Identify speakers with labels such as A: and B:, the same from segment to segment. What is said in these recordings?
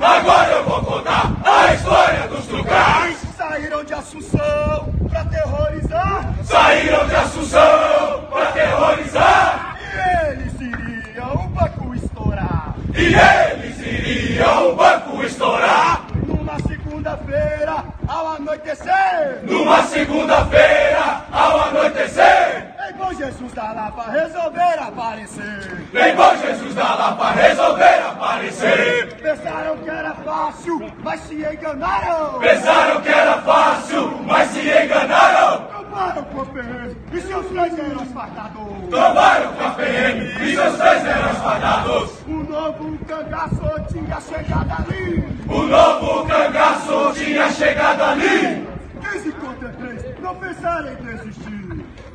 A: Agora eu vou contar a história dos tucás.
B: Saíram de Assunção pra terrorizar.
A: Saíram de Assunção pra terrorizar.
B: E eles iriam o banco estourar.
A: E eles iriam o banco estourar.
B: Numa segunda-feira, ao anoitecer.
A: Numa segunda-feira, ao anoitecer.
B: Vem bom Jesus da Lapa resolver aparecer.
A: Vem bom Jesus da Lapa resolver aparecer.
B: Pensaram que era fácil, mas se enganaram.
A: Pensaram que era fácil, mas se enganaram.
B: Tomaram com a PM e seus três eram fardados.
A: Tomaram com a PM e seus três eram fardados.
B: O novo cangaço tinha chegado ali.
A: O novo cangaço tinha chegado ali.
B: 15 contra 3, é não pensaram em desistir.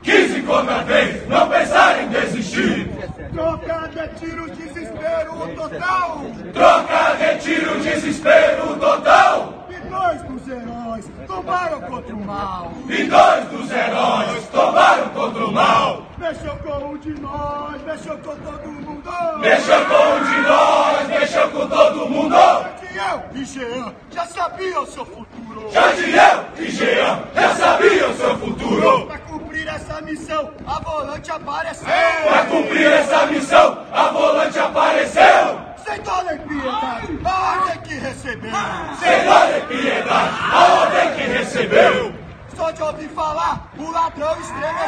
A: 15 contra 3, não pensaram em desistir.
B: Trocada é tiro, desespero total.
A: Troca, retiro, desespero total.
B: E dois dos heróis tomaram contra o mal.
A: E dois dos heróis tomaram contra o mal.
B: Mexeu com um de nós, mexeu com todo mundo.
A: Mexeu com um de nós, mexeu com todo mundo.
B: Que eu e Jean já sabiam seu futuro.
A: Jadiel e Jean já sabiam seu futuro.
B: Pra cumprir essa missão, a volante apareceu.
A: Pra cumprir essa missão, a volante apareceu.
B: Sem dó nem piedade, a ordem que recebeu.
A: Sem dó nem piedade, a ordem que recebeu.
B: Só de ouvir falar, o ladrão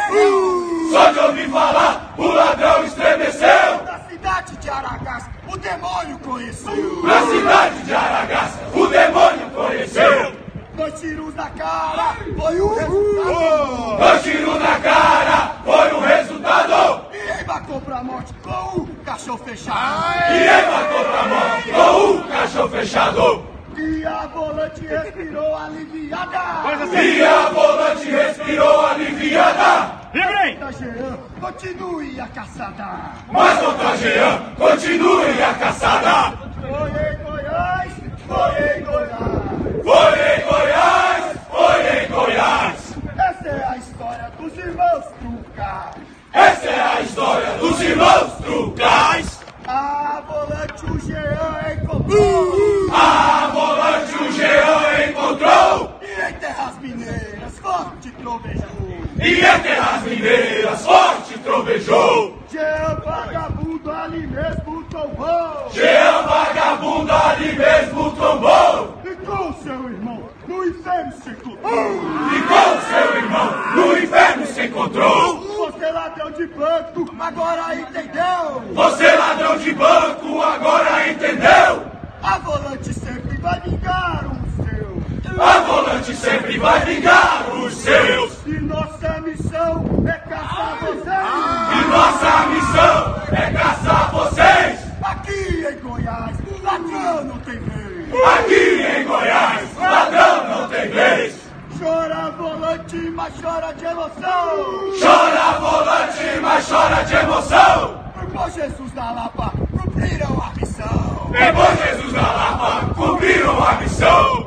B: estremeceu.
A: Só de ouvir falar, o ladrão estremeceu.
B: Na cidade de Aragás, o demônio conheceu.
A: Na cidade de Aragás, o demônio conheceu.
B: Dois tiros na cara, foi o resultado.
A: Dois tiros na cara, foi o resultado.
B: E embarcou pra morte com o cachorro fechado.
A: E ele matou pra morte com o cachorro fechado.
B: E a volante respirou aliviada.
A: E a volante respirou aliviada.
C: Livrem!
B: Da Jean, continue a caçada.
A: Mas contra Jean, continue a caçada.
B: Foi em Goiás, foi em Goiás.
A: Foi em Goiás, foi em Goiás.
B: Essa é a história dos irmãos Tuca.
A: Essa é a história dos irmãos Trucais.
B: A volante o Jean é encontrou.
A: A volante o Jean encontrou.
B: E em terras mineiras, forte trovejou.
A: E em terras mineiras, forte trovejou.
B: Jean vagabundo ali mesmo tombou.
A: Jean vagabundo ali mesmo trombou.
B: E com seu irmão no inferno se encontrou.
A: E com seu irmão no inferno se encontrou.
B: Você ladrão de banco, agora entendeu?
A: Você ladrão de banco agora entendeu?
B: A volante sempre vai vingar o seu.
A: A volante sempre vai vingar os seus.
B: E nossa missão é caçar vocês.
A: E nossa missão é caçar vocês.
B: Aqui em Goiás, ladrão não tem vez.
A: Aqui em Goiás, ladrão não tem vez.
B: Chora volante, mas chora de emoção.
A: Chora volante, mas chora de emoção.
B: Por Jesus da Lapa, cumpriram a missão.
A: Depois Jesus da Lapa cumpriram a missão.